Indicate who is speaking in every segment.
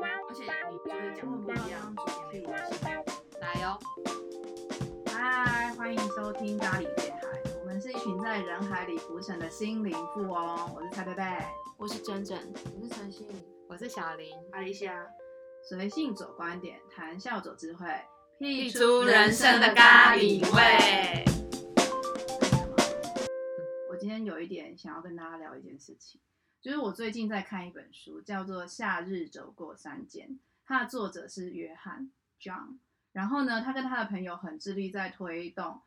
Speaker 1: 且你就是讲的不一样，也没关系。
Speaker 2: 来哦，
Speaker 1: 嗨，欢迎收听咖喱电台，我们是一群在人海里浮沉的心灵富翁。我是蔡贝贝，
Speaker 2: 我是珍珍，
Speaker 3: 我是陈信，
Speaker 2: 我是小林，
Speaker 3: 阿丽虾，
Speaker 1: 随性走观点，谈笑走智慧，
Speaker 2: 辟
Speaker 1: 辟
Speaker 2: 出人生的咖喱味。
Speaker 1: 嗯我今天有一点想要跟大家聊一件事情，就是我最近在看一本书，叫做《夏日走过山间》，它的作者是约翰 John。然后呢，他跟他的朋友很致力在推动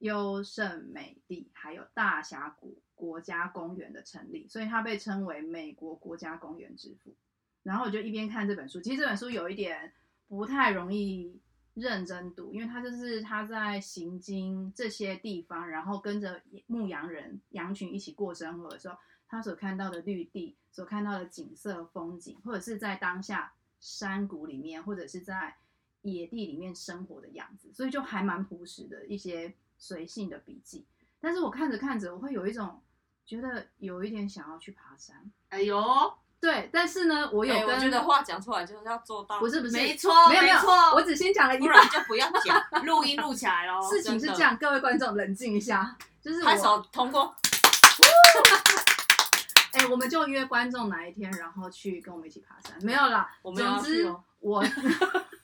Speaker 1: 优胜美地还有大峡谷国家公园的成立，所以它被称为美国国家公园之父。然后我就一边看这本书，其实这本书有一点不太容易认真读，因为它就是他在行经这些地方，然后跟着牧羊人羊群一起过生活的时候，他所看到的绿地、所看到的景色、风景，或者是在当下山谷里面，或者是在野地里面生活的样子，所以就还蛮朴实的一些随性的笔记。但是我看着看着，我会有一种觉得有一点想要去爬山。
Speaker 3: 哎呦，
Speaker 1: 对，但是呢，我有
Speaker 3: 哎
Speaker 1: 跟、
Speaker 3: 我觉得话讲出来就是要做到，
Speaker 1: 不是不是
Speaker 3: 哦没错，
Speaker 1: 没有没有
Speaker 3: 错，
Speaker 1: 我只先讲了一
Speaker 3: 不
Speaker 1: 半。
Speaker 3: 然就不要讲，录音录起来喽。
Speaker 1: 事情是
Speaker 3: 真的
Speaker 1: 这，样，各位观众冷静一 下，就是
Speaker 3: 拍
Speaker 1: 我
Speaker 3: 手通过，
Speaker 1: 哎、我们就约观众哪一天，然后去跟我们一起爬山。没有啦，
Speaker 3: 我们要
Speaker 1: 总
Speaker 3: 去
Speaker 1: 之
Speaker 3: 哦。
Speaker 1: 我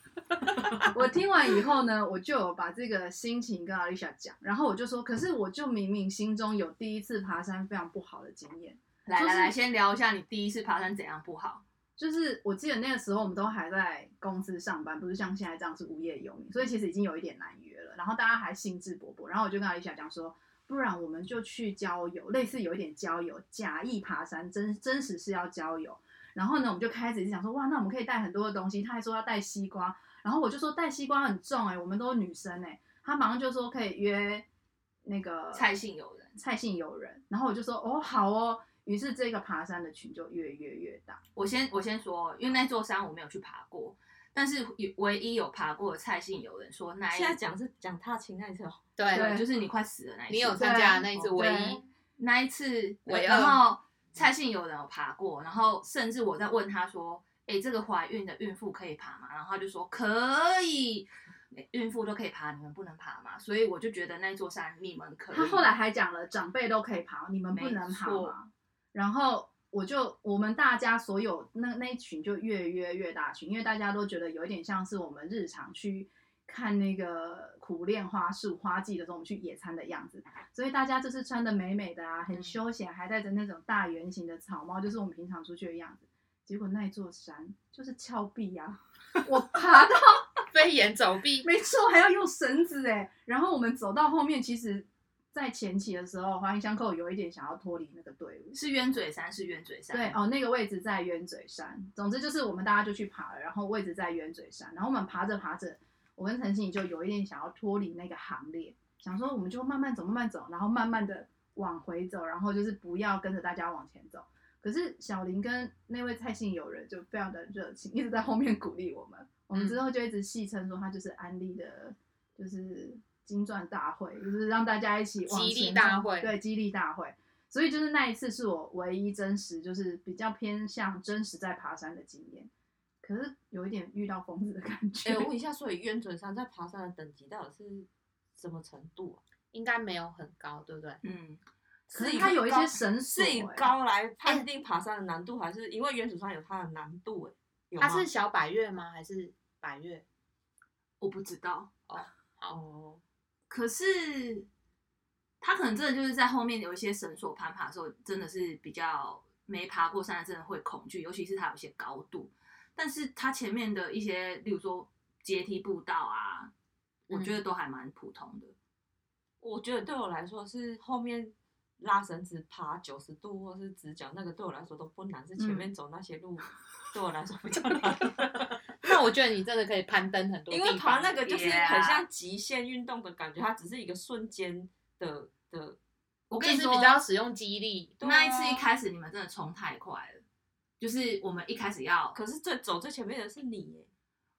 Speaker 1: 我听完以后呢，我就有把这个心情跟阿丽莎讲，然后我就说，可是我就明明心中有第一次爬山非常不好的经验，
Speaker 3: 来
Speaker 1: 就是
Speaker 3: 来来，先聊一下你第一次爬山怎样不好。
Speaker 1: 就是我记得那个时候我们都还在公司上班，不是像现在这样是无业游民，所以其实已经有一点难约了。然后大家还兴致勃勃，然后我就跟阿丽莎讲说，不然我们就去郊游，类似有一点郊游，假意爬山，真真实是要郊游。然后呢，我们就开始一直想说，哇，那我们可以带很多的东西。他还说要带西瓜，然后我就说带西瓜很重哎、我们都是女生哎、他马上就说可以约那个
Speaker 3: 蔡姓友人，
Speaker 1: 蔡姓友人，然后我就说哦好哦，于是这个爬山的群就越越越大。
Speaker 3: 我先我先说，因为那座山我没有去爬过，但是有唯一有爬过的蔡姓友人说那一
Speaker 4: 现在讲是讲踏青那一次哦，
Speaker 2: 对，
Speaker 1: 对
Speaker 3: 就是你快死了那一次，
Speaker 2: 你有参加的那一次唯一，
Speaker 3: 那一次，呃
Speaker 2: 唯
Speaker 3: 然
Speaker 2: 二
Speaker 3: 后蔡姓有人有爬过，然后甚至我在问他说：“诶，这个怀孕的孕妇可以爬吗？”然后他就说：“可以，孕妇都可以爬，你们不能爬吗？”所以我就觉得那座山你们可以。
Speaker 1: 他后来还讲了，长辈都可以爬，你们不能爬
Speaker 3: 没
Speaker 1: 吗
Speaker 3: 错？
Speaker 1: 然后我就我们大家所有那那一群就越约越大群，因为大家都觉得有一点像是我们日常去看那个苦练花树花季的时候，我们去野餐的样子，所以大家就是穿的美美的啊，很
Speaker 2: 嗯
Speaker 1: 休闲，还戴着那种大圆形的草帽，就是我们平常出去的样子。结果那一座山就是峭壁啊，我爬到
Speaker 2: 飞檐走壁，
Speaker 1: 没错，还要用绳子哎。然后我们走到后面，其实，在前期的时候，华阴香扣有一点想要脱离那个队伍。
Speaker 3: 是冤嘴山，是冤嘴山。
Speaker 1: 对，哦，那个位置在鸢嘴山。总之就是我们大家就去爬了，然后位置在鸢嘴山。然后我们爬着爬着，我跟陈信就有一点想要脱离那个行列，想说我们就慢慢走，慢慢走，然后慢慢的往回走，然后就是不要跟着大家往前走。可是小林跟那位蔡姓友人就非常的热情，一直在后面鼓励我们。我
Speaker 2: 嗯
Speaker 1: 们之后就一直戏称说他就是安利的，就是金钻大会，就是让大家一起往
Speaker 2: 激励
Speaker 1: 前
Speaker 2: 大
Speaker 1: 冲
Speaker 2: 会
Speaker 1: 对，激励大会。所以就是那一次是我唯一真实，就是比较偏向真实在爬山的经验。可是有一点遇到疯子的感觉。
Speaker 4: 哎、我问一下，所以冤准山在爬山的等级到底是什么程度啊？
Speaker 2: 应该没有很高，对不对？
Speaker 3: 嗯，
Speaker 1: 可
Speaker 4: 是
Speaker 1: 是
Speaker 4: 以
Speaker 1: 它有一
Speaker 4: 高
Speaker 1: 些绳索、
Speaker 4: 是以
Speaker 1: 欸
Speaker 4: 高来判定爬山的难度，还是因为冤准山有它的难度、哎，有
Speaker 2: 它
Speaker 4: 吗
Speaker 2: 是小百月吗？还是百月？
Speaker 3: 我不知道，
Speaker 4: 哦，
Speaker 3: 可是他可能真的就是在后面有一些绳索攀爬的时候，真的是比较没爬过山的，真的会恐惧，尤其是它有一些高度。但是它前面的一些，例如说阶梯步道啊，我觉得都还蛮普通的。
Speaker 4: 我觉得对我来说是后面拉绳子爬九十度或是直角那个对我来说都不难，是前面走那些路、 对我来说比较难。
Speaker 2: 那我觉得你真的可以攀登很多地
Speaker 4: 因
Speaker 2: 方，
Speaker 4: 为爬那个就是很
Speaker 3: Yeah
Speaker 4: 像极限运动的感觉，它只是一个瞬间的的。
Speaker 3: 我
Speaker 2: 我
Speaker 3: 跟你说，
Speaker 2: 比较使用肌力，
Speaker 4: 对
Speaker 3: 那一
Speaker 4: 啊
Speaker 3: 次一开始你们真的冲太快了，就是我们一开始要，
Speaker 4: 可是最走最前面的是你耶，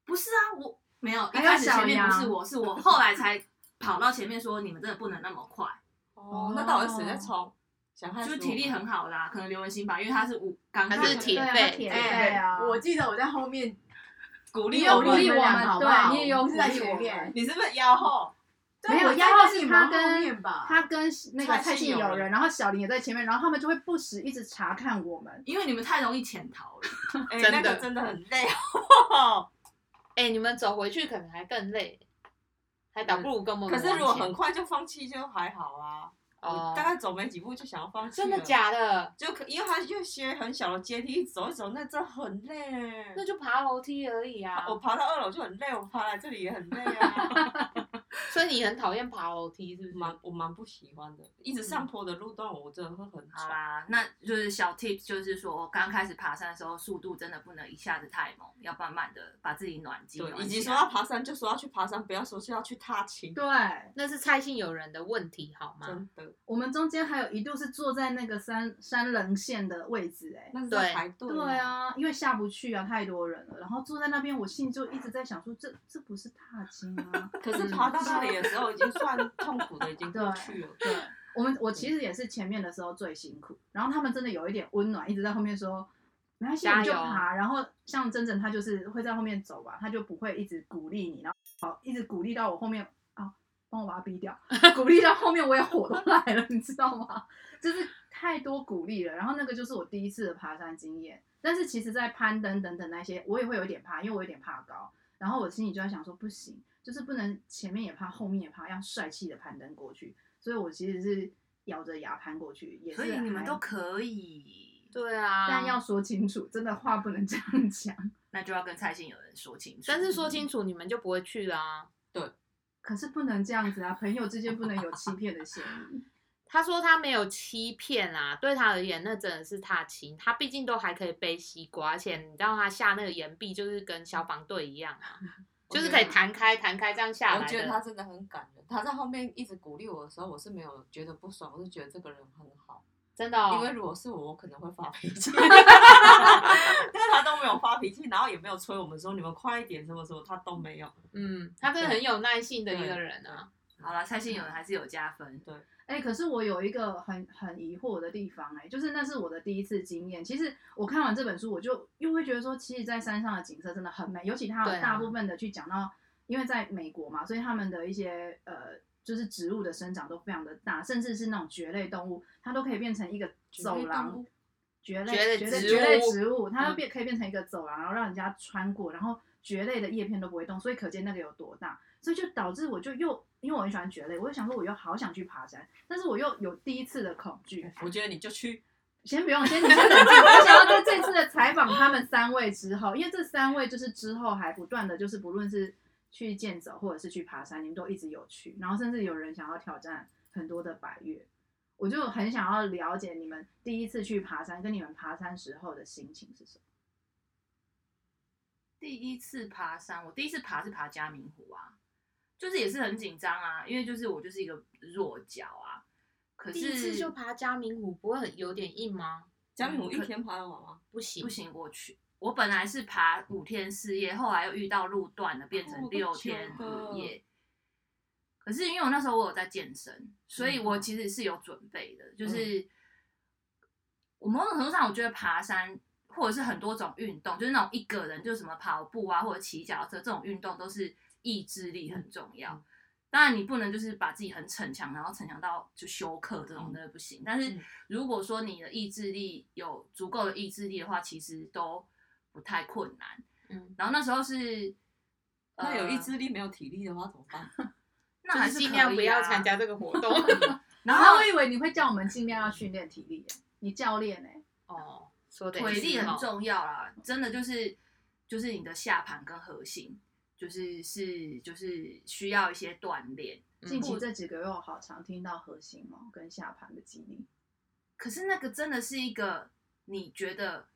Speaker 3: 不是啊，我没有一
Speaker 1: 还有
Speaker 3: 开始前面
Speaker 1: 小
Speaker 3: 不是
Speaker 1: 羊
Speaker 3: 我，是我后来才跑到前面说你们真的不能那么 快。
Speaker 1: 哦
Speaker 4: 那到底谁在冲？想看
Speaker 3: 就是
Speaker 4: 输
Speaker 3: 体力很好啦，可能刘文新吧，因为他是五刚
Speaker 2: 他
Speaker 3: 开
Speaker 2: 是
Speaker 3: 始
Speaker 2: 铁
Speaker 1: 对啊
Speaker 2: 肺
Speaker 1: 铁
Speaker 3: 哎
Speaker 1: 肺啊，
Speaker 5: 我记得我在后面
Speaker 4: 鼓
Speaker 1: 你
Speaker 4: 励
Speaker 1: 有
Speaker 4: 我
Speaker 1: 鼓
Speaker 4: 们，
Speaker 1: 励
Speaker 5: 我
Speaker 1: 我
Speaker 5: 们
Speaker 1: 们，
Speaker 5: 好不好
Speaker 1: 对你也有
Speaker 5: 我
Speaker 1: 鼓
Speaker 5: 是
Speaker 1: 励
Speaker 5: 在前
Speaker 1: 我
Speaker 5: 面
Speaker 1: 们。
Speaker 4: 你是不是压 后？
Speaker 5: 对
Speaker 1: 没有
Speaker 5: 我在
Speaker 1: 压号
Speaker 5: 跟
Speaker 1: 是
Speaker 5: 你
Speaker 1: 他
Speaker 5: 们后
Speaker 1: 跟
Speaker 5: 面吧
Speaker 1: 他跟那个
Speaker 4: 蔡
Speaker 1: 蔡
Speaker 4: 姓
Speaker 1: 姓
Speaker 4: 友
Speaker 1: 友人，
Speaker 4: 人
Speaker 1: 然后小林也在前面，然后他们就会不时一直查看我们。
Speaker 3: 因为你们太容易潜逃了。
Speaker 4: 哎、
Speaker 2: 真的
Speaker 4: 那个真的很 累哦。
Speaker 2: 哎、你们走回去可能还更累，还倒不如跟我们
Speaker 4: 嗯可
Speaker 2: 往前。
Speaker 4: 是如果很快就放弃，就还好啊。
Speaker 2: 哦
Speaker 4: 我大概走没几步就想要放弃。
Speaker 2: 真的？假的？
Speaker 4: 就可因为它有些很小的阶梯，一走一走，那真的很累。
Speaker 2: 那就爬楼梯而已啊。
Speaker 4: 我爬到二楼就很累，我爬来这里也很累 啊。
Speaker 2: 所以你很讨厌爬楼梯是不是？
Speaker 4: 蛮我蛮不喜欢的，一直上坡的路段我真的会很
Speaker 3: 好
Speaker 4: 喘。
Speaker 3: 啦，那就是小 tips，就是说刚开始爬山的时候，速度真的不能一下子太猛，要慢慢的把自己暖机。
Speaker 4: 对，
Speaker 3: 暖
Speaker 4: 以
Speaker 3: 起
Speaker 4: 及说
Speaker 3: 来
Speaker 4: 要爬山就说要去爬山，不要说是要去踏青。
Speaker 1: 对，
Speaker 2: 那是蔡姓友人的问题好吗？
Speaker 4: 真的，
Speaker 1: 我们中间还有一度是坐在那个山山棱线的位置、哎，
Speaker 4: 那是
Speaker 2: 对
Speaker 4: 在排队。
Speaker 1: 对，啊，因为下不去啊，太多人了。然后坐在那边，我心里就一直在想说，这这不是踏青啊。
Speaker 4: 可是爬到那里的时候已经算痛苦的，已经过去了。
Speaker 1: 对，我们我其实也是前面的时候最辛苦，然后他们真的有一点温暖，一直在后面说。没关系，我们就
Speaker 2: 加油
Speaker 1: 爬。然后像珍珍，她就是会在后面走吧，她就不会一直鼓励你，然后好一直鼓励到我后面啊，帮我把它逼掉， 鼓励到后面我也火都来了，你知道吗？就是太多鼓励了。然后那个就是我第一次的爬山经验，但是其实，在攀登等等那些，我也会有一点怕，因为我有点怕高。然后我心里就在想说，不行，就是不能前面也怕，后面也怕，要帅气的攀登过去。所以我其实是咬着牙攀过去，也是
Speaker 3: 所以你们
Speaker 1: 还
Speaker 3: 都可以，
Speaker 2: 对啊，
Speaker 1: 但要说清楚，真的话不能这样讲。
Speaker 3: 那就要跟蔡姓有人说清楚。
Speaker 2: 但是说清楚你们就不会去啊啦、
Speaker 1: 可是不能这样子啊，朋友之间不能有欺骗的嫌疑。
Speaker 2: 他说他没有欺骗啊，对他而言那真的是踏青，他毕竟都还可以背西瓜，而且你知道他下那个岩壁就是跟消防队一样 啊，就是可以弹开弹开这样下来
Speaker 4: 我
Speaker 2: 的。
Speaker 4: 觉得他真的很感人，他在后面一直鼓励我的时候，我是没有觉得不爽，我是觉得这个人很好。
Speaker 2: 真的、哦，
Speaker 4: 因为如果是我，我可能会发脾气。 但是他都没有发脾气，然后也没有催我们说你们快一点什么什么，他都没有。
Speaker 2: 嗯，他真的很有耐性的一个人啊。
Speaker 3: 好了，蔡姓有人还是有加分。
Speaker 1: 哎、可是我有一个很很疑惑的地方、哎，就是那是我的第一次经验。其实我看完这本书，我就又会觉得说，其实，在山上的景色真的很美，尤其它
Speaker 2: 对
Speaker 1: 有
Speaker 2: 啊
Speaker 1: 大部分的去讲到，因为在美国嘛，所以他们的一些呃，就是植物的生长都非常的大，甚至是那种蕨类动物，它都可以变成一个走廊，蕨类
Speaker 2: 蕨类
Speaker 1: 蕨类
Speaker 2: 植
Speaker 1: 蕨类
Speaker 2: 物嗯
Speaker 1: 植物，它就变可以变成一个走廊，然后让人家穿过，然后蕨类的叶片都不会动，所以可见那个有多大。所以就导致我就又因为我很喜欢蕨类，我就想说我又好想去爬山，但是我又有第一次的恐惧。
Speaker 4: 我觉得你就去，
Speaker 1: 先不用，先你先冷静。我想要在这次的采访他们三位之后，因为这三位就是之后还不断的就是不论是去健走或者是去爬山，你们都一直有去，然后甚至有人想要挑战很多的百越。我就很想要了解你们第一次去爬山，跟你们爬山时候的心情是什么？
Speaker 3: 第一次爬山，我第一次爬是爬嘉明湖啊，就是也是很紧张啊，因为就是我就是一个弱脚啊。可
Speaker 2: 第
Speaker 3: 是
Speaker 2: 一次就爬嘉明湖，不会很有点硬吗？
Speaker 4: 江明，我一天爬得完吗？
Speaker 2: 不行，
Speaker 3: 不行，我去。我本来是爬五天四夜，后来又遇到路段了，变
Speaker 4: 哦
Speaker 3: 成
Speaker 4: 都
Speaker 3: 六
Speaker 4: 久
Speaker 3: 天
Speaker 4: 了
Speaker 3: 五夜。可是因为我那时候我有在健身，所以我其实是有准备的。就是我某种程度上，我觉得爬山或者是很多种运动，就是那种一个人就是什么跑步啊，或者骑脚踏车这种运动，都是意志力很重要。当然，你不能就是把自己很逞强，然后逞强到就休克这种，真的不行。但是
Speaker 4: 嗯
Speaker 3: 如果说你的意志力有足够的意志力的话，其实都不太困难。
Speaker 2: 嗯，
Speaker 3: 然后那时候是，
Speaker 4: 那有
Speaker 3: 呃
Speaker 4: 意志力没有体力的话怎么办？
Speaker 3: 那还
Speaker 2: 就是尽量
Speaker 3: 可以
Speaker 2: 不要
Speaker 3: 啊
Speaker 2: 参。加这个活 动。
Speaker 3: 然
Speaker 1: 啊
Speaker 3: 后
Speaker 1: 我以为你会叫我们尽量要训练体力耶，你教练哎、
Speaker 2: 哦，说的
Speaker 3: 腿力很
Speaker 2: 重。
Speaker 3: 重要啦，真的就是就是你的下盘跟核心，就是是就是需要一些锻炼。
Speaker 2: 嗯
Speaker 1: 近期
Speaker 3: 不
Speaker 1: 这几个月我好常听到核心哦跟下盘的肌力，
Speaker 3: 可是那个真的是一个你觉得，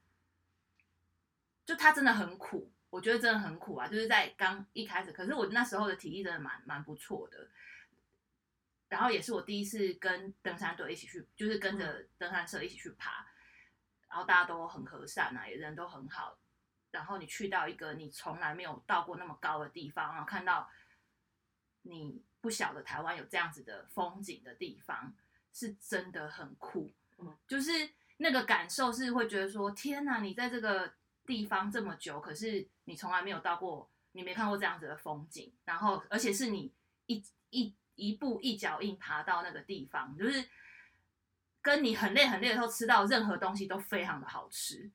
Speaker 3: 就他真的很苦，我觉得真的很苦啊，就是在刚一开始，可是我那时候的体力真的蛮蛮不错的。然后也是我第一次跟登山队一起去，就是跟着登山社一起去爬，然后大家都很和善啊，也人都很好。然后你去到一个你从来没有到过那么高的地方，然后看到你不晓得台湾有这样子的风景的地方，是真的很酷。
Speaker 4: 嗯
Speaker 3: 就是那个感受是会觉得说，天哪，你在这个地方这么久，可是你从来没有到过，你没看过这样子的风景，然后而且是你一一一步一脚印爬到那个地方，就是跟你很累很累的时候吃到任何东西都非常的好吃，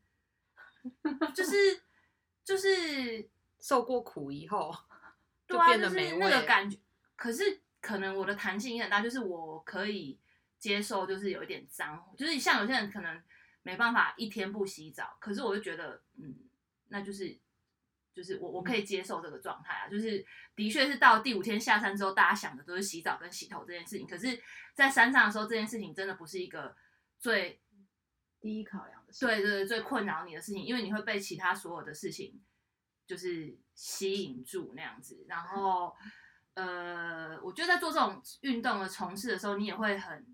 Speaker 3: 就是就是
Speaker 2: 受过苦以后，
Speaker 3: 对
Speaker 2: 就
Speaker 3: 啊，
Speaker 2: 变
Speaker 3: 就
Speaker 2: 得
Speaker 3: 是
Speaker 2: 美味。
Speaker 3: 那个感觉。可是可能我的弹性也很大，就是我可以接受，就是有一点脏，就是像有些人可能没办法一天不洗澡，可是我就觉得，嗯，那就是就是我我可以接受这个状态啊。就是的确是到第五天下山之后，大家想的都是洗澡跟洗头这件事情，可是，在山上的时候，这件事情真的不是一个最
Speaker 1: 第一考量的事。
Speaker 3: 对对对，最困扰你的事情，因为你会被其他所有的事情就是吸引住那样子。然后，呃，我觉得在做这种运动的从事的时候，你也会很，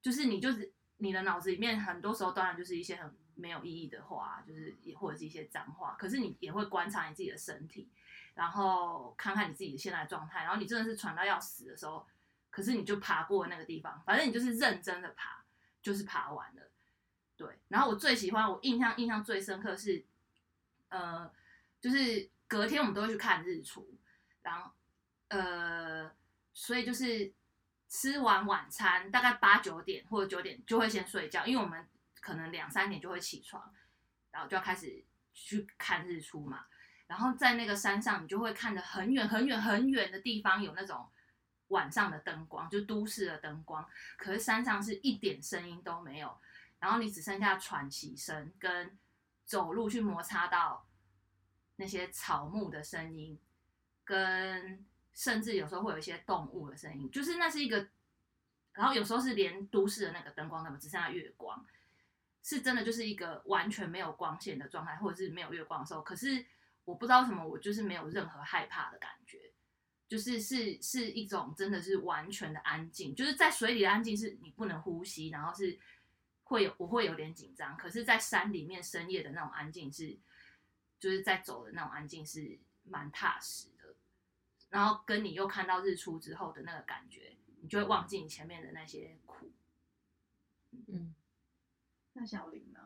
Speaker 3: 就是你就是你的脑子里面很多时候当然就是一些很没有意义的话，就是也或者是一些脏话，可是你也会观察你自己的身体，然后看看你自己的现在的状态，然后你真的是喘到要死的时候，可是你就爬过那个地方，反正你就是认真的爬，就是爬完了。对，然后我最喜欢，我印象印象最深刻是，呃，就是隔天我们都会去看日出，然后呃，所以就是吃完晚餐大概八九点或者九点就会先睡觉，因为我们可能两三点就会起床，然后就要开始去看日出嘛。然后在那个山上，你就会看着很远很远很远的地方有那种晚上的灯光，就都市的灯光，可是山上是一点声音都没有。然后你只剩下喘息声跟走路去摩擦到那些草木的声音，跟甚至有时候会有一些动物的声音，就是那是一个，然后有时候是连都市的那个灯光都没有，只剩下月光，是真的就是一个完全没有光线的状态，或者是没有月光的时候，可是我不知道为什么，我就是没有任何害怕的感觉。就是是是一种真的是完全的安静，就是在水里的安静是你不能呼吸，然后是会有我会有点紧张，可是，在山里面深夜的那种安静是，就是在走的那种安静是蛮踏实的，然后跟你又看到日出之后的那个感觉，你就会忘记你前面的那些苦。
Speaker 2: 嗯，
Speaker 1: 那小林呢？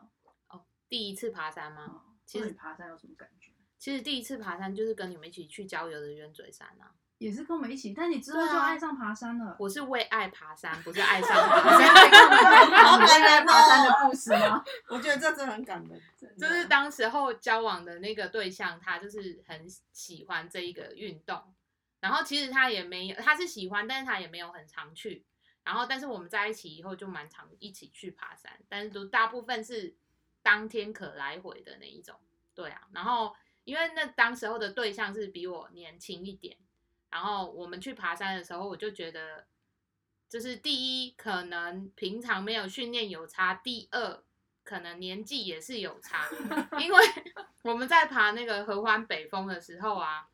Speaker 2: 第一次爬山吗？
Speaker 1: 嗯，
Speaker 2: 其实
Speaker 1: 对你爬山有什么感觉？
Speaker 2: 其实第一次爬山就是跟你们一起去郊游的鸢嘴山啊。
Speaker 1: 也是跟我们一起，但你之后
Speaker 2: 对啊
Speaker 1: 就爱上爬山了。
Speaker 2: 我是为爱爬山，不是爱上爬
Speaker 1: 你现
Speaker 2: 山。
Speaker 1: 在可以跟我
Speaker 5: 好
Speaker 1: 们谈谈你
Speaker 5: 感
Speaker 1: 爱
Speaker 5: 人哦
Speaker 1: 爬山的故事
Speaker 2: 啊
Speaker 1: 吗？
Speaker 5: 我觉得这真的很感人。
Speaker 2: 就是当时候交往的那个对象，他就是很喜欢这一个运动，然后其实他也没有，他是喜欢，但是他也没有很常去。然后，但是我们在一起以后就蛮常一起去爬山，但是都大部分是当天可来回的那一种。对啊，然后因为那当时候的对象是比我年轻一点，然后我们去爬山的时候，我就觉得，就是第一，可能平常没有训练有差；第二，可能年纪也是有差，因为我们在爬那个合欢北峰的时候啊，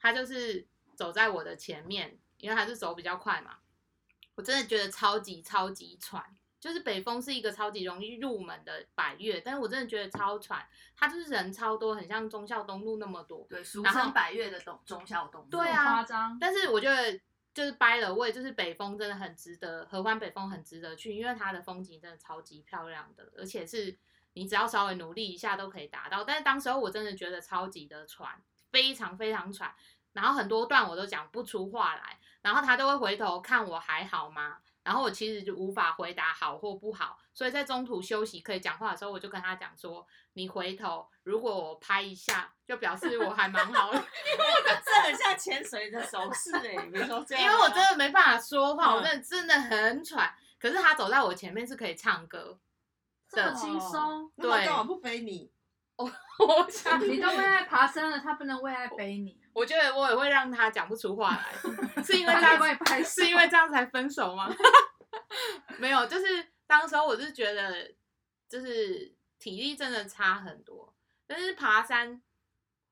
Speaker 2: 他就是走在我的前面，因为他是走比较快嘛，我真的觉得超级超级喘。就是北峰是一个超级容易入门的百越，但是我真的觉得超喘，它就是人超多，很像忠孝东路那么多。
Speaker 3: 对，俗
Speaker 2: 然后
Speaker 3: 称百越的中中小动物。
Speaker 2: 对
Speaker 1: 这么
Speaker 2: 啊
Speaker 1: 夸张。
Speaker 2: 但是我觉得就是掰了位，就是北峰真的很值得，合欢北峰很值得去，因为它的风景真的超级漂亮的，而且是你只要稍微努力一下都可以达到。但是当时候我真的觉得超级的喘，非常非常喘，然后很多段我都讲不出话来，然后他都会回头看我还好吗？然后我其实就无法回答好或不好，所以在中途休息可以讲话的时候，我就跟他讲说：“你回头，如果我拍一下，就表示我还蛮好的。”
Speaker 4: 这很像潜水的手势哎，你说
Speaker 1: 啊
Speaker 4: 这样
Speaker 2: 因
Speaker 4: 吗？
Speaker 2: 为我真的没办法说话，
Speaker 4: 嗯
Speaker 2: 我真的真的很喘。可是他走在我前面是可以唱歌，
Speaker 1: 这么轻松，
Speaker 5: 那么
Speaker 2: 对
Speaker 5: 干嘛不背你？
Speaker 2: 我想
Speaker 1: 你都为爱爬山了，他不能为爱背你，
Speaker 2: 我觉得我也会让他讲不出话来，是因为 这
Speaker 1: 他
Speaker 2: 样
Speaker 1: 得为拍手
Speaker 2: 是因为这样才分手吗？ 没有，就是当时候我是觉得，就是体力真的差很多。但是爬山，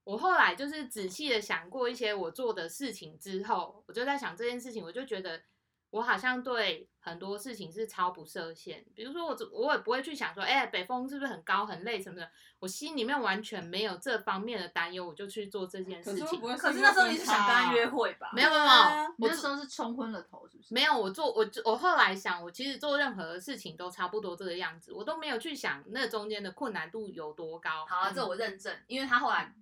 Speaker 2: 我后来就是仔细的想过一些我做的事情之后，我就在想这件事情，我就觉得。我好像对很多事情是超不设限，比如说我只我也不会去想说，哎、北风是不是很高很累什么的，我心里面完全没有这方面的担忧，我就去做这件
Speaker 5: 可
Speaker 2: 事
Speaker 5: 是会
Speaker 2: 情
Speaker 5: 不。会
Speaker 3: 可是那时候你是想跟他
Speaker 5: 他
Speaker 3: 约会吧？
Speaker 2: 没有没有没
Speaker 5: 对啊
Speaker 2: 有，
Speaker 1: 你
Speaker 2: 我
Speaker 1: 那
Speaker 2: 只
Speaker 1: 时候是冲昏了头，是不是？
Speaker 2: 没有，我做我我后来想，我其实做任何事情都差不多这个样子，我都没有去想那中间的困难度有多高。嗯
Speaker 3: 好、啊，这我认证，因为他后来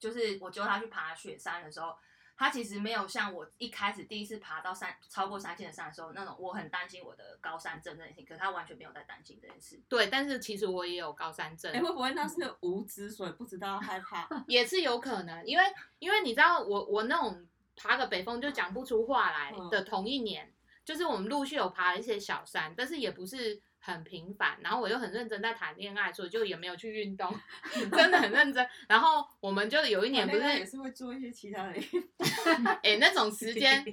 Speaker 3: 就是我揪他去爬雪山的时候，他其实没有像我一开始第一次爬到山超过三千的山的时候那种，我很担心我的高山症这件事情，可是他完全没有在担心这件事。
Speaker 2: 对，但是其实我也有高山症
Speaker 4: 哎、，会不会那是无知，所以不知道害怕？
Speaker 2: 也是有可能，因为因为你知道我我那种爬个北峰就讲不出话来
Speaker 4: 嗯
Speaker 2: 的同一年，就是我们陆续有爬了一些小山，但是也不是很频繁。然后我又很认真在谈恋爱，所以就也没有去运 动，真的很认真。然后我们就有一年
Speaker 4: 谈
Speaker 2: 不是
Speaker 4: 恋爱也是会做一些其他的，
Speaker 2: 哎、那种时 间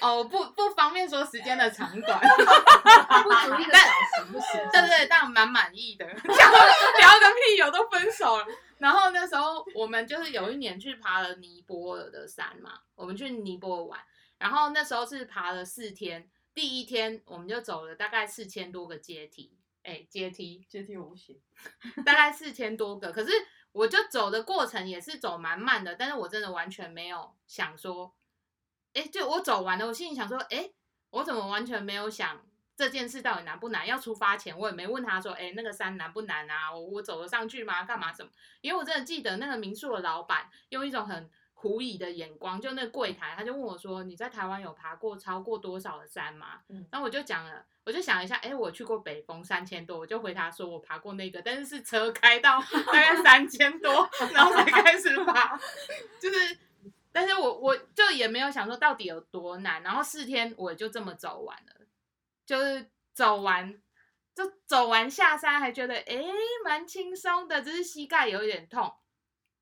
Speaker 2: 哦，不不方便说时间的长短，
Speaker 1: 不足一个小时不行。
Speaker 2: 对对，但蛮满意的。聊 聊个屁友都分手了。然后那时候我们就是有一年去爬了尼泊尔的山嘛，我们去尼泊尔玩，然后那时候是爬了四天，第一天我们就走了大概四千多个阶梯，哎，阶梯，
Speaker 4: 阶梯我不 行。
Speaker 2: 大概四千多个，可是我就走的过程也是走蛮慢的，但是我真的完全没有想说，哎、就我走完了，我心里想说，哎、我怎么完全没有想这件事到底难不难？要出发前我也没问他说，哎、那个山难不难啊？我我走得上去吗？干嘛什么？因为我真的记得那个民宿的老板用一种很狐疑的眼光，就那柜台，他就问我说：“你在台湾有爬过超过多少的山吗？”
Speaker 4: 嗯
Speaker 2: 然后我就讲了，我就想了一下，哎，我去过北峰三千多，我就回答说我爬过那个，但是是车开到大概三千多，然后才开始爬，就是。但是我我就也没有想说到底有多难，然后四天我就这么走完了，就是走完就走完下山还觉得诶蛮轻松的，只是膝盖有一点痛，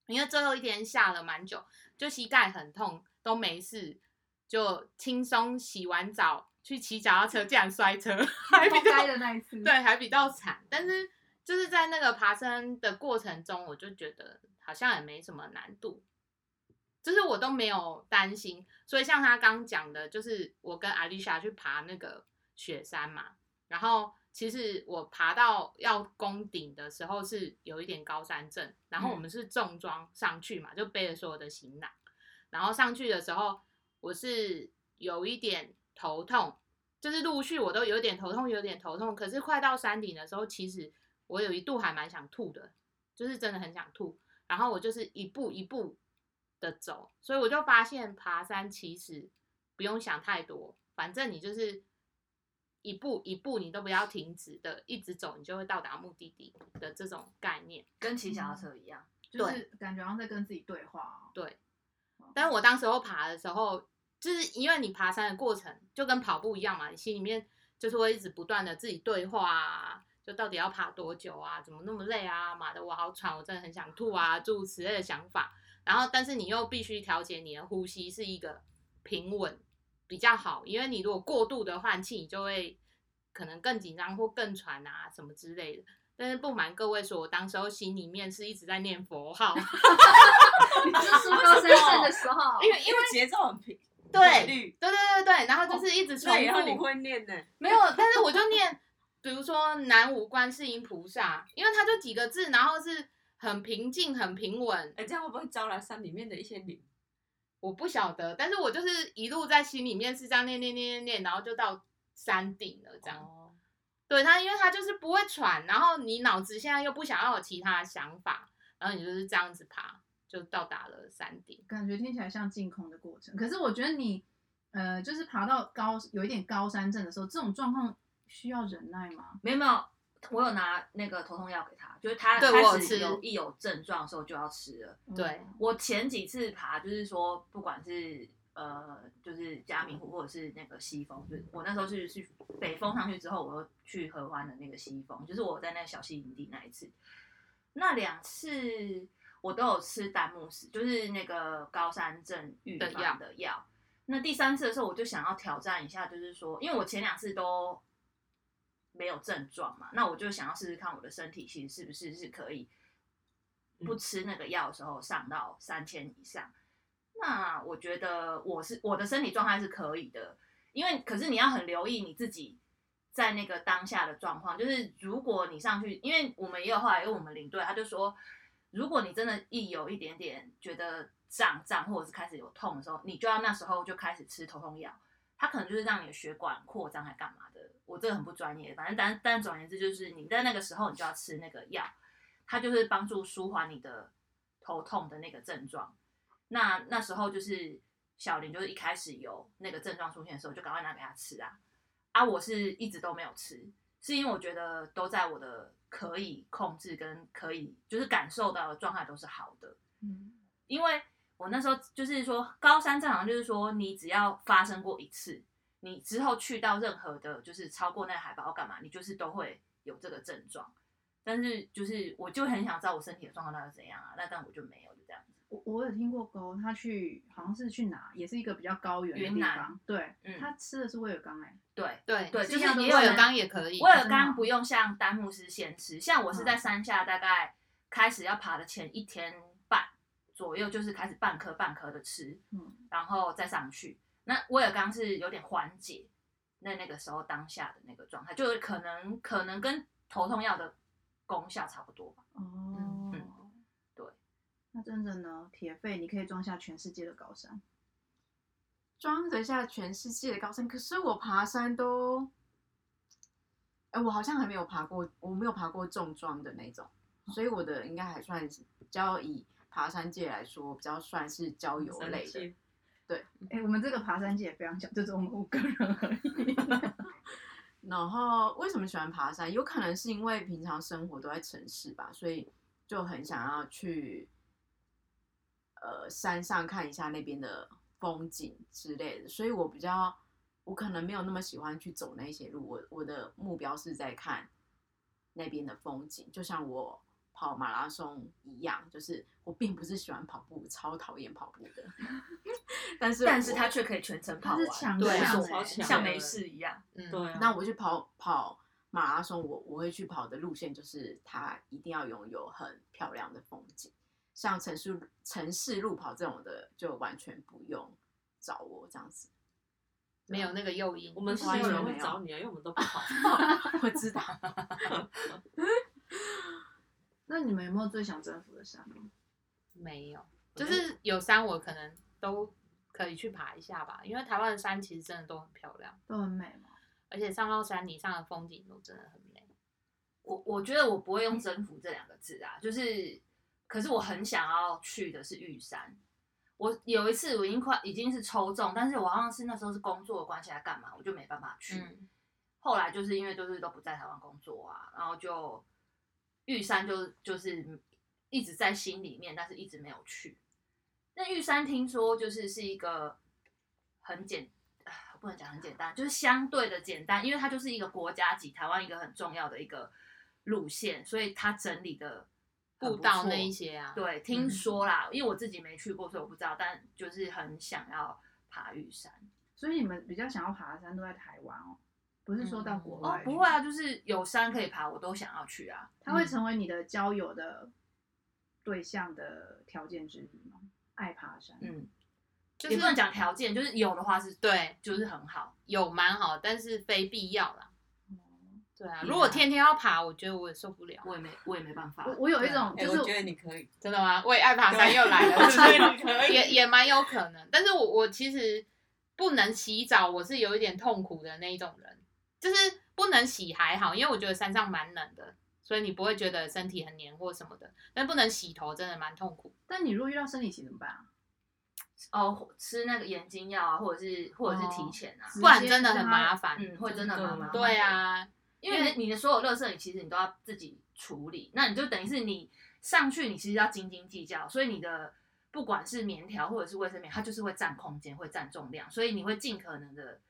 Speaker 2: 因为最后一天下了蛮久，就膝盖很痛都没事，就轻松洗完澡去骑脚踏车，竟然摔车， 还比
Speaker 1: 活
Speaker 2: 较
Speaker 1: 该的那一次。
Speaker 2: 对，还比较惨。但是就是在那个爬山的过程中，我就觉得好像也没什么难度，就是我都没有担心。所以像他刚讲的，就是我跟阿丽莎去爬那个雪山嘛，然后其实我爬到要攻顶的时候是有一点高山症，然后我们是重装上去嘛，就背着所有的行囊，然后上去的时候我是有一点头痛，就是陆续我都有点头痛，有点头痛。可是快到山顶的时候，其实我有一度还蛮想吐的，就是真的很想吐。然后我就是一步一步的走，所以我就发现爬山其实不用想太多，反正你就是一步一步，你都不要停止的，一直走，你就会到达目的地的这种概念。
Speaker 3: 跟骑小踏车一样，
Speaker 1: 就是感觉好像在跟自己对话哦。
Speaker 2: 对，但是我当时候爬的时候，就是因为你爬山的过程就跟跑步一样嘛，你心里面就是会一直不断的自己对话啊，就到底要爬多久啊，怎么那么累啊，妈的我好喘，我真的很想吐啊，诸如此类的想法。然后，但是你又必须调节你的呼吸是一个平稳比较好，因为你如果过度的换气，你就会可能更紧张或更喘啊什么之类的。但是不瞒各位说，我当时候心里面是一直在念佛 号，
Speaker 1: 你是说高山症的时候，
Speaker 4: 因为因为节奏很平，
Speaker 2: 对
Speaker 4: 律，
Speaker 2: 对对对对，然后就是一直重
Speaker 4: 那以后你
Speaker 2: 复，
Speaker 4: 会念呢、
Speaker 2: 没有，但是我就念， 比如说南无观世音菩萨，因为它就几个字，然后是很平静、很平稳，
Speaker 4: 哎、这样会不会招来山里面的一些灵？
Speaker 2: 我不晓得，但是我就是一路在心里面是这样念念念念念，然后就到山顶了，这样。
Speaker 4: 哦，
Speaker 2: 对它，因为它就是不会喘，然后你脑子现在又不想要有其他的想法，然后你就是这样子爬，就到达了山顶。
Speaker 1: 感觉听起来像净空的过程。可是我觉得你，呃，就是爬到高有一点高山症的时候，这种状况需要忍耐吗？
Speaker 3: 没有没有，我有拿那个头痛药给他，就是他
Speaker 2: 对我有
Speaker 3: 开
Speaker 2: 吃
Speaker 3: 始有一有症状的时候就要吃了。
Speaker 2: 对
Speaker 4: 哦
Speaker 3: 我前几次爬就是说，不管是呃，就是嘉明湖或者是那个西峰，就是我那时候是去北峰上去之后，我又去合欢的那个西峰，就是我在那个小溪营地那一次，那两次我都有吃丹木石，就是那个高山症预
Speaker 2: 的药
Speaker 3: 防的药。那第三次的时候，我就想要挑战一下，就是说，因为我前两次都没有症状嘛，那我就想要试试看我的身体其实是不是是可以不吃那个药的时候上到三千以上。那我觉得我是我的身体状态是可以的，因为可是你要很留意你自己在那个当下的状况，就是如果你上去，因为我们也有后来，因为我们领队他就说，如果你真的一有一点点觉得胀胀或者是开始有痛的时候，你就要那时候就开始吃头痛药，它可能就是让你的血管扩张还干嘛的。我这个很不专业，反正但但总而言之就是你在那个时候你就要吃那个药，它就是帮助舒缓你的头痛的那个症状。那那时候就是小林，就是一开始有那个症状出现的时候，就赶快拿给他吃啊。啊，我是一直都没有吃，是因为我觉得都在我的可以控制跟可以就是感受到的状态都是好的。
Speaker 1: 嗯，
Speaker 3: 因为我那时候就是说，高山症好像就是说，你只要发生过一次，你之后去到任何的，就是超过那个海拔或干嘛，你就是都会有这个症状。但是就是我就很想知道我身体的状况到底是怎样啊，那但我就没有，就这样子。
Speaker 1: 我我有听过狗，他去好像是去哪，也是一个比较高原的
Speaker 3: 云
Speaker 1: 地
Speaker 3: 南
Speaker 1: 方，对，
Speaker 3: 嗯
Speaker 1: 他吃的是威尔刚哎、
Speaker 3: 对，
Speaker 2: 对
Speaker 3: 对
Speaker 2: 就
Speaker 3: 就是是
Speaker 2: 像
Speaker 3: 也
Speaker 2: 威
Speaker 3: 有
Speaker 2: 尔
Speaker 3: 人
Speaker 2: 刚也可以。
Speaker 3: 威尔
Speaker 1: 真的哦
Speaker 3: 刚不用像丹牧师先吃，像我是
Speaker 1: 嗯
Speaker 3: 在山下大概开始要爬的前一天半左右，就是开始半颗半颗的吃，
Speaker 1: 嗯，
Speaker 3: 然后再上去。那威尔刚是有点缓解那那个时候当下的那个状态，就是可能可能跟头痛药的功效差不多吧。
Speaker 1: 哦，
Speaker 3: 嗯对。
Speaker 1: 那真的呢，铁肺你可以装下全世界的高山，
Speaker 6: 装得下全世界的高山，可是我爬山都，哎、我好像还没有爬过，我没有爬过重装的那种，所以我的应该还算是比较以爬山界来说，比较算是郊游类的。
Speaker 4: 的。
Speaker 3: 嗯
Speaker 1: 哎、我们这个爬山界也非常小，就只有我们五个人而已。
Speaker 6: 然后为什么喜欢爬山？有可能是因为平常生活都在城市吧，所以就很想要去呃山上看一下那边的风景之类的。所以我比较，我可能没有那么喜欢去走那些路。我我的目标是在看那边的风景，就像我跑马拉松一样，就是我并不是喜欢跑步，超讨厌跑步的。 但是
Speaker 3: 但是
Speaker 6: 我
Speaker 3: 他却可以全程跑
Speaker 1: 他
Speaker 3: 完
Speaker 1: 是，强
Speaker 2: 对啊
Speaker 1: 项、
Speaker 4: 我
Speaker 1: 欸，
Speaker 4: 好强
Speaker 3: 像没事一样。
Speaker 2: 嗯，
Speaker 4: 对啊，
Speaker 6: 那我去跑跑马拉松，我我会去跑的路线就是它一定要拥有很漂亮的风景，像城市城市路跑这种的就完全不用找我这样 子。
Speaker 2: 没有那个诱因。
Speaker 4: 我们是
Speaker 6: 完
Speaker 4: 有
Speaker 6: 全
Speaker 4: 人
Speaker 6: 没
Speaker 4: 会
Speaker 6: 有
Speaker 4: 找你啊，因为我们都不 跑。
Speaker 6: 我知道，
Speaker 1: 那你们有没有最想征服的山？
Speaker 2: 没有，就是有山我可能都可以去爬一下吧，因为台湾的山其实真的都很漂亮，
Speaker 1: 都很美吗？
Speaker 2: 而且上到山顶上的风景都真的很美。
Speaker 3: 我我觉得我不会用征服这两个字啊，就是，可是我很想要去的是玉山。我有一次我已经快已经是抽中，但是我好像是那时候是工作的关系还干嘛，我就没办法去。
Speaker 2: 嗯
Speaker 3: 后来就是因为就是都不在台湾工作啊，然后就玉山就就是一直在心里面，但是一直没有去。那玉山听说就是是一个很简，啊不能讲很简单，就是相对的简单，因为它就是一个国家级台湾一个很重要的一个路线，所以它整理的
Speaker 2: 步道那一些啊，
Speaker 3: 对，听说啦，因为我自己没去过，所以我不知道，但就是很想要爬玉山。
Speaker 1: 所以你们比较想要爬的山都在台湾哦，不是说到
Speaker 2: 嗯
Speaker 1: 国
Speaker 3: 哦
Speaker 1: 外、，
Speaker 3: 不会，啊，就是有山可以爬，我都想要去啊。
Speaker 1: 它会成为你的交友的对象的条件之一吗？爱爬山，
Speaker 3: 嗯，
Speaker 2: 就是
Speaker 3: 也不能讲条件，就是有的话是，
Speaker 2: 对
Speaker 3: 就是很好。
Speaker 2: 有蛮好，但是非必要啦。
Speaker 1: 嗯
Speaker 2: 对啊，
Speaker 3: 嗯
Speaker 2: 如果天天要爬，我觉得我也受不了。
Speaker 3: 我也没，我也没办法
Speaker 1: 我。我有一
Speaker 2: 啊
Speaker 1: 种
Speaker 7: 哎、
Speaker 1: 就
Speaker 7: 我
Speaker 1: 是
Speaker 7: 觉得你可以，
Speaker 2: 真的吗？为爱爬山又
Speaker 4: 哎
Speaker 2: 来 了，是不
Speaker 7: 对你可
Speaker 2: 是？
Speaker 7: 以
Speaker 2: 也也蛮有可能，但是我我其实不能洗澡，我是有一点痛苦的那一种人，就是不能洗还好，因为我觉得山上蛮冷的，所以你不会觉得身体很黏或什么的。但不能洗头真的蛮痛苦，
Speaker 1: 但你如果遇到生理期怎么办啊？
Speaker 3: 哦，吃那个眼睛药啊，或者是或者是
Speaker 2: 哦
Speaker 3: 提前啊，
Speaker 1: 直接
Speaker 2: 不然真的很麻烦。
Speaker 3: 嗯，会真的蛮麻烦。
Speaker 2: 对，啊，
Speaker 3: 因为你的你的所有垃圾，你其实你都要自己处理，那你就等于是你上去，你其实要斤斤计较，所以你的不管是棉条或者是卫生棉，它就是会占空间，会占重量，所以你会尽可能的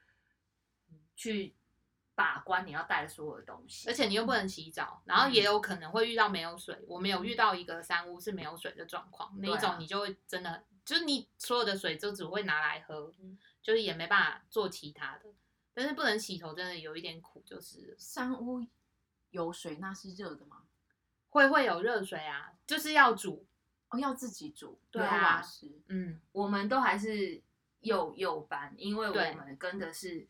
Speaker 3: 去把关你要带的所有的东西，
Speaker 2: 而且你又不能洗澡，然后
Speaker 3: 嗯
Speaker 2: 也有可能会遇到没有水。我们有遇到一个山屋是没有水的状况，那一
Speaker 3: 对
Speaker 2: 种
Speaker 3: 啊
Speaker 2: 你就会真的，就是你所有的水就只会拿来喝，
Speaker 3: 嗯
Speaker 2: 就是也没办法做其他的。但是不能洗头真的有一点苦，就是
Speaker 6: 山屋有水那是热的吗？
Speaker 2: 会会有热水啊，就是要煮，
Speaker 6: 哦，要自己煮，
Speaker 2: 对啊
Speaker 6: 没有瓦斯。
Speaker 2: 嗯，
Speaker 3: 我们都还是幼幼班，因为我
Speaker 2: 对
Speaker 3: 们跟的是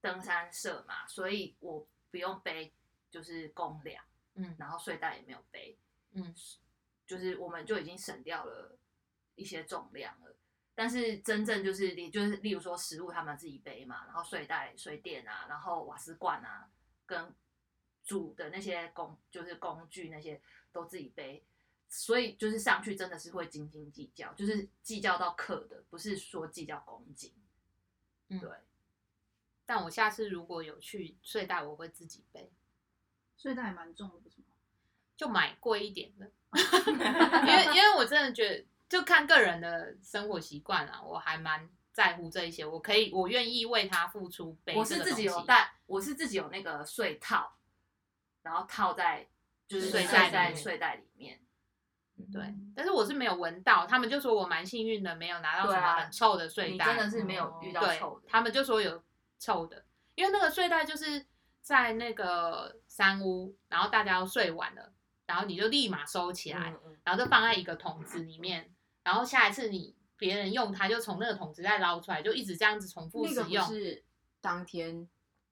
Speaker 3: 登山社嘛，所以我不用背就是公粮，
Speaker 2: 嗯
Speaker 3: 然后睡袋也没有背，
Speaker 2: 嗯，
Speaker 3: 就是我们就已经省掉了一些重量了。但是真正就是你就是例如说食物他们自己背嘛，然后睡袋、水电啊，然后瓦斯罐啊，跟煮的那些工就是工具那些都自己背，所以就是上去真的是会斤斤计较，就是计较到克的，不是说计较公斤。
Speaker 2: 但我下次如果有去睡袋，我会自己背，
Speaker 1: 睡袋也蛮重的，不是吗？
Speaker 2: 就买贵一点的，
Speaker 3: 哦
Speaker 2: 因为因为我真的觉得就看个人的生活习惯啦，我还蛮在乎这一些，我可以我愿意为他付出背这
Speaker 3: 我
Speaker 2: 个
Speaker 3: 是
Speaker 2: 东西。
Speaker 3: 自己有带，我是自己有那个睡套，然后套在就是
Speaker 2: 睡
Speaker 3: 睡
Speaker 2: 袋
Speaker 3: 袋
Speaker 2: 里
Speaker 3: 在
Speaker 2: 面
Speaker 3: 睡袋里面。
Speaker 2: 对，
Speaker 3: 嗯
Speaker 2: 但是我是没有闻到，他们就说我蛮幸运的，没有拿到
Speaker 3: 对
Speaker 2: 什
Speaker 3: 啊
Speaker 2: 么很臭的睡
Speaker 3: 你
Speaker 2: 袋，
Speaker 3: 真的是没有遇到
Speaker 2: 哦对
Speaker 3: 臭的，
Speaker 2: 他们就说有臭的，因为那个睡袋就是在那个山屋，然后大家都睡完了，然后你就立马收起来，
Speaker 4: 嗯嗯
Speaker 2: 然后就放在一个桶子里面，然后下一次你别人用它，就从那个桶子再捞出来，就一直这样子重复
Speaker 6: 那
Speaker 2: 使
Speaker 6: 个不
Speaker 2: 用。
Speaker 6: 是当天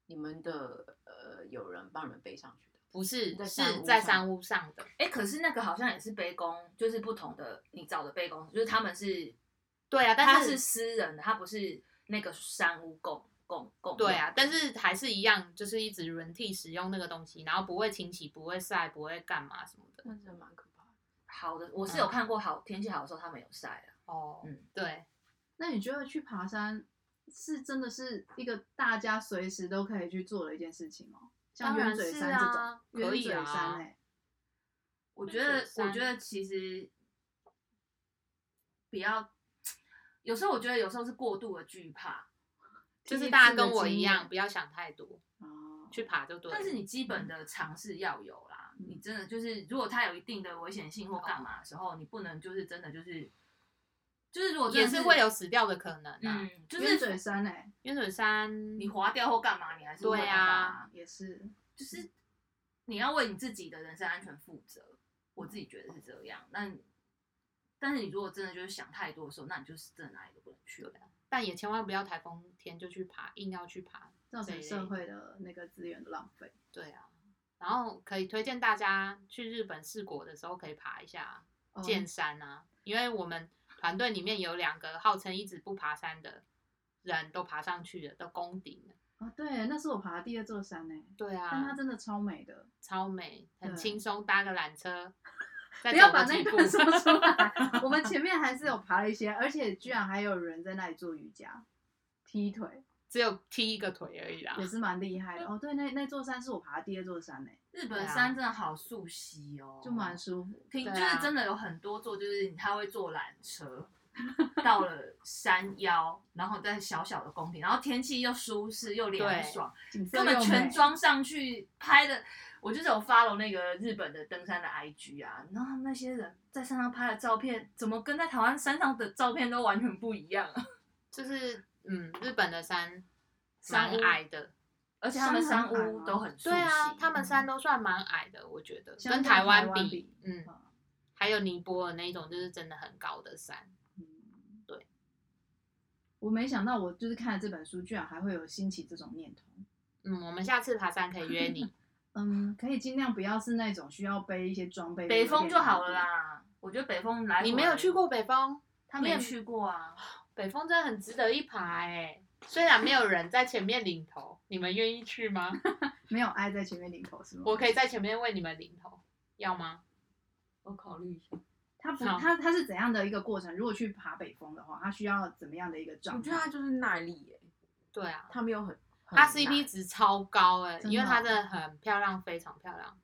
Speaker 6: 你们的呃有人帮你们背上去的，
Speaker 2: 不是，
Speaker 6: 在山
Speaker 2: 是
Speaker 6: 屋
Speaker 2: 在
Speaker 6: 上
Speaker 2: 山屋上的，
Speaker 3: 哎、可是那个好像也是杯弓，就是不同的，你找的杯弓，就是他们是，
Speaker 2: 对啊但
Speaker 3: 他
Speaker 2: 是
Speaker 3: 是私人的，他不是那个山屋共共共。
Speaker 2: 对啊，但是还是一样，就是一直轮替使用那个东西，然后不会清洗，不会晒，不会干嘛什么的。
Speaker 6: 那真的蛮可怕的。
Speaker 3: 好的，我
Speaker 2: 嗯
Speaker 3: 是有看过好天气好的时候他们有晒啊。
Speaker 2: 哦，
Speaker 3: 嗯
Speaker 2: 对，
Speaker 1: 那你觉得去爬山是真的是一个大家随时都可以去做的一件事情吗？像
Speaker 2: 当然
Speaker 1: 鸢嘴
Speaker 2: 是
Speaker 1: 山这种，
Speaker 2: 啊
Speaker 1: 鸢
Speaker 2: 可以
Speaker 1: 嘴
Speaker 2: 啊
Speaker 1: 山哎、
Speaker 3: 我
Speaker 2: 那
Speaker 3: 觉得
Speaker 2: 雪，山
Speaker 3: 我觉得其实比较，有时候我觉得有时候是过度的惧怕，
Speaker 2: 就是
Speaker 1: 第一
Speaker 2: 大家
Speaker 1: 次的
Speaker 2: 跟我
Speaker 1: 经
Speaker 2: 一样，
Speaker 1: 验
Speaker 2: 不要想太多，
Speaker 1: 哦，
Speaker 2: 去爬就对了。
Speaker 3: 但是你基本的尝试要有啦。
Speaker 1: 嗯
Speaker 3: 你真的就是，如果它有一定的危险性
Speaker 2: 哦
Speaker 3: 或干嘛的时候，你不能就是真的就是，就是如果哦真
Speaker 2: 也
Speaker 3: 的
Speaker 2: 是会有死掉的可能啊。
Speaker 3: 嗯，就
Speaker 1: 鸢嘴
Speaker 3: 是
Speaker 1: 山哎、
Speaker 2: 鸢嘴山，
Speaker 3: 你划掉或干嘛，你还是会
Speaker 2: 对
Speaker 3: 那个
Speaker 2: 啊嗯
Speaker 3: 啊，
Speaker 1: 也是，
Speaker 3: 就是你要为你自己的人身安全负责。我自己觉得是这样，那但是你如果真的就是想太多的时候，那你就是真的哪里都不能去了。
Speaker 2: 但也千万不要台风天就去爬，硬要去爬。
Speaker 1: 造
Speaker 2: 这
Speaker 1: 成
Speaker 2: 一类
Speaker 1: 社会的那个资源的浪费。
Speaker 2: 对啊，然后可以推荐大家去日本四国的时候可以爬一下
Speaker 1: 哦
Speaker 2: 剑山啊，因为我们团队里面有两个号称一直不爬山的人都爬上去了，都攻顶了。
Speaker 1: 哦，对，那是我爬的第二座山哎、
Speaker 2: 对
Speaker 1: 但它
Speaker 2: 啊，
Speaker 1: 真的超美的，
Speaker 2: 超美，很
Speaker 1: 对
Speaker 2: 轻松，搭个缆车， 再
Speaker 1: 不要
Speaker 2: 走
Speaker 1: 把
Speaker 2: 个
Speaker 1: 那
Speaker 2: 几步
Speaker 1: 段。说出 来。我们前面还是有爬了一些，而且居然还有人在那里做瑜伽、踢腿，
Speaker 2: 只有踢一个腿而已
Speaker 3: 啊
Speaker 2: 啦
Speaker 1: 也。是蛮厉害
Speaker 3: 嗯
Speaker 1: 的。哦，对，那那座山是我爬的第二座山呢、
Speaker 3: 日
Speaker 2: 对
Speaker 3: 本
Speaker 2: 啊
Speaker 3: 山真的好溯溪哦，
Speaker 1: 就蛮舒服。
Speaker 3: 听，
Speaker 2: 对
Speaker 3: 就
Speaker 2: 啊
Speaker 3: 是真的有很多座，就是他会坐缆车到了山腰，然后在小小的宫廷，然后天气又舒适又凉爽，
Speaker 1: 景色
Speaker 3: 根本
Speaker 1: 又
Speaker 3: 全
Speaker 1: 美
Speaker 3: 装上去拍的。我就是有 follow 那个日本的登山的 IG 啊，然后他们那些人在山上拍的照片，怎么跟在台湾山上的照片都完全不一样啊？
Speaker 2: 就是嗯，日本的山
Speaker 3: 山
Speaker 2: 蛮
Speaker 3: 屋
Speaker 2: 矮的，
Speaker 3: 而且他们
Speaker 1: 山
Speaker 3: 山
Speaker 1: 很矮
Speaker 3: 屋
Speaker 1: 吗
Speaker 3: 都很嗯舒适，
Speaker 2: 对啊，他们山都算蛮矮的，我觉得
Speaker 1: 相
Speaker 2: 跟
Speaker 1: 对台
Speaker 2: 湾
Speaker 1: 湾
Speaker 2: 比
Speaker 1: 比，
Speaker 2: 嗯
Speaker 1: 嗯，
Speaker 2: 还有尼泊尔那一种就是真的很高的山，
Speaker 1: 嗯，
Speaker 2: 对。
Speaker 1: 我没想到，我就是看了这本书，居然还会有兴起这种念头。
Speaker 2: 嗯，我们下次爬山可 以约你，
Speaker 1: 嗯，可以尽量不要是那种需要背一些装备。
Speaker 3: 北峰就好了。啦。我觉得北峰来，
Speaker 2: 你没有去，过北峰，
Speaker 3: 他
Speaker 2: 你也
Speaker 3: 没去过啊。
Speaker 2: 北峰真的很值得一爬哎、虽然没有人在前面领头，你们愿意去吗？
Speaker 1: 没有爱在前面领头是吗？
Speaker 2: 我可以在前面为你们领头，要吗？
Speaker 4: 我考虑一下。
Speaker 1: 他不，
Speaker 2: 好
Speaker 1: 他他是怎样的一个过程？如果去爬北峰的话，他需要怎么样的一个状
Speaker 6: 我
Speaker 1: 态？
Speaker 6: 觉得他就是耐力耶，
Speaker 2: 对啊，
Speaker 6: 他没有很。很
Speaker 2: 它 CP
Speaker 6: 难
Speaker 2: 值超高哎、
Speaker 1: 真的
Speaker 2: 因为它
Speaker 1: 哦
Speaker 2: 真的很漂亮，非常漂亮。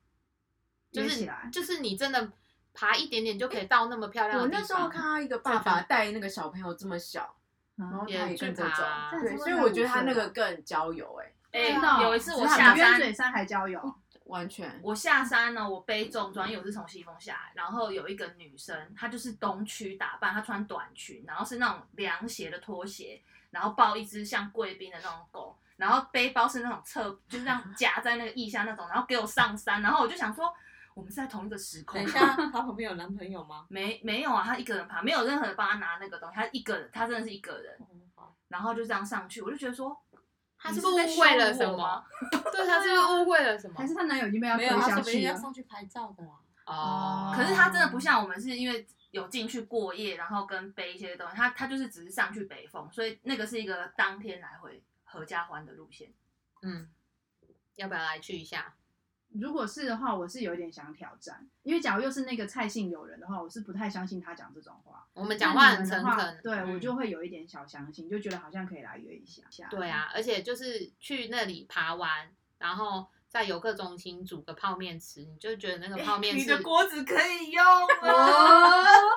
Speaker 2: 就
Speaker 1: 约
Speaker 2: 是
Speaker 1: 起来
Speaker 2: 就是你真的爬一点点就可以到那么漂亮的
Speaker 6: 我
Speaker 2: 地
Speaker 6: 那
Speaker 2: 方。
Speaker 6: 时候看到一个
Speaker 2: 这
Speaker 6: 爸爸
Speaker 2: 种
Speaker 6: 带那个小朋友这么小，然后
Speaker 1: 嗯，
Speaker 6: 他
Speaker 2: 也
Speaker 6: 也
Speaker 2: 去
Speaker 6: 跟着走
Speaker 2: 爬，
Speaker 1: 这样
Speaker 6: 对，
Speaker 1: 才
Speaker 6: 所以
Speaker 1: 会
Speaker 6: 我觉得
Speaker 1: 让
Speaker 6: 他
Speaker 1: 你
Speaker 6: 那
Speaker 1: 睡
Speaker 6: 个更交友哎、
Speaker 2: 啊
Speaker 3: 哎、
Speaker 1: 真的哦
Speaker 3: 有一次我
Speaker 1: 只是
Speaker 3: 下
Speaker 1: 他们
Speaker 3: 山，
Speaker 1: 鸢嘴山还交友，
Speaker 2: 哦
Speaker 6: 完全
Speaker 3: 我下山呢，我背重装，因为我是从西峰下来。然后有一个女生，她就是东区打扮，她穿短裙，然后是那种凉鞋的拖鞋，然后抱一只像贵宾的那种狗，然后背包是那种侧，就是这样夹在那个腋下那种，然后给我上山。然后我就想说，我们是在同一个时空
Speaker 4: 等一
Speaker 3: 吗。
Speaker 4: 下，她旁边有男朋友吗？
Speaker 3: 没没有啊，她一个人爬，没有任何人帮她拿那个东西，她一个人，她真的是一个人。
Speaker 4: 哦好
Speaker 8: 然后就这样上去，我就觉得说，
Speaker 2: 他
Speaker 8: 你
Speaker 2: 是
Speaker 8: 是
Speaker 2: 不
Speaker 8: 在
Speaker 2: 是误会
Speaker 8: 羞
Speaker 2: 了
Speaker 8: 辱
Speaker 2: 什
Speaker 8: 我
Speaker 2: 么
Speaker 8: 吗？
Speaker 2: 对，他是不是误会了什么
Speaker 1: 还？是她男友已经被她
Speaker 4: 没
Speaker 1: 推
Speaker 4: 有，他
Speaker 1: 下
Speaker 4: 是别人
Speaker 1: 去啊
Speaker 4: 要
Speaker 1: 了？
Speaker 4: 上去拍照的啦。
Speaker 2: 哦，
Speaker 8: 可是他真的不像我们是因为有进去过夜，然后跟背一些东西，他他就是只是上去北峰，所以那个是一个当天来回合家欢的路 线。
Speaker 2: 嗯，要不要来去一下？
Speaker 1: 如果是的话，我是有一点想挑战，因为假如又是那个蔡姓友人的话，我是不太相信他讲这种话。
Speaker 2: 我们讲话
Speaker 1: 那
Speaker 2: 很
Speaker 1: 你们
Speaker 2: 诚
Speaker 1: 的话
Speaker 2: 恳，
Speaker 1: 对、啊我
Speaker 2: 嗯
Speaker 1: 就会有一点小相信，就觉得好像可以来约一下。
Speaker 2: 对，啊，而且就是去那里爬完，然后在游客中心煮个泡面吃，你就觉得那个泡面
Speaker 3: 你
Speaker 2: 是哦
Speaker 3: 的锅子可以用了，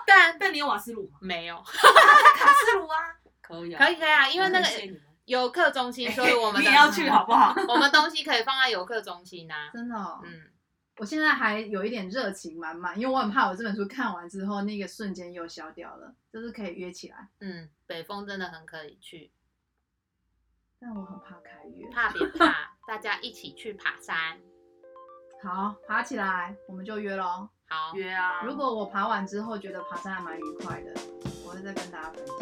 Speaker 2: 但
Speaker 8: 但你有瓦斯炉吗？
Speaker 2: 没有，
Speaker 3: 卡斯炉啊，
Speaker 4: 可以啊，
Speaker 2: 可以可以啊，因为
Speaker 4: 我
Speaker 2: 那
Speaker 4: 很
Speaker 2: 个
Speaker 4: 谢你们
Speaker 2: 游客中心，所以我们
Speaker 3: 你
Speaker 2: 的
Speaker 3: 也要去啊好不好？
Speaker 2: 我们东西可以放在游客中心啊。
Speaker 1: 真的、哦，
Speaker 2: 嗯，
Speaker 1: 我现在还有一点热情满满，因为我很怕我这本书看完之后，那个瞬间又消掉了，就是可以约起来，
Speaker 2: 嗯，北风真的很可以去，
Speaker 1: 但我很怕开约。
Speaker 2: 怕别怕，大家一起去爬山。
Speaker 1: 好，爬起来，我们就约喽。
Speaker 2: 好，
Speaker 8: 约啊！
Speaker 1: 如果我爬完之后觉得爬山还蛮愉快的，我会再跟大家分享。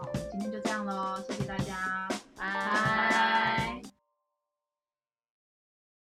Speaker 1: 好，今天就这样喽，谢谢大家，
Speaker 2: 拜。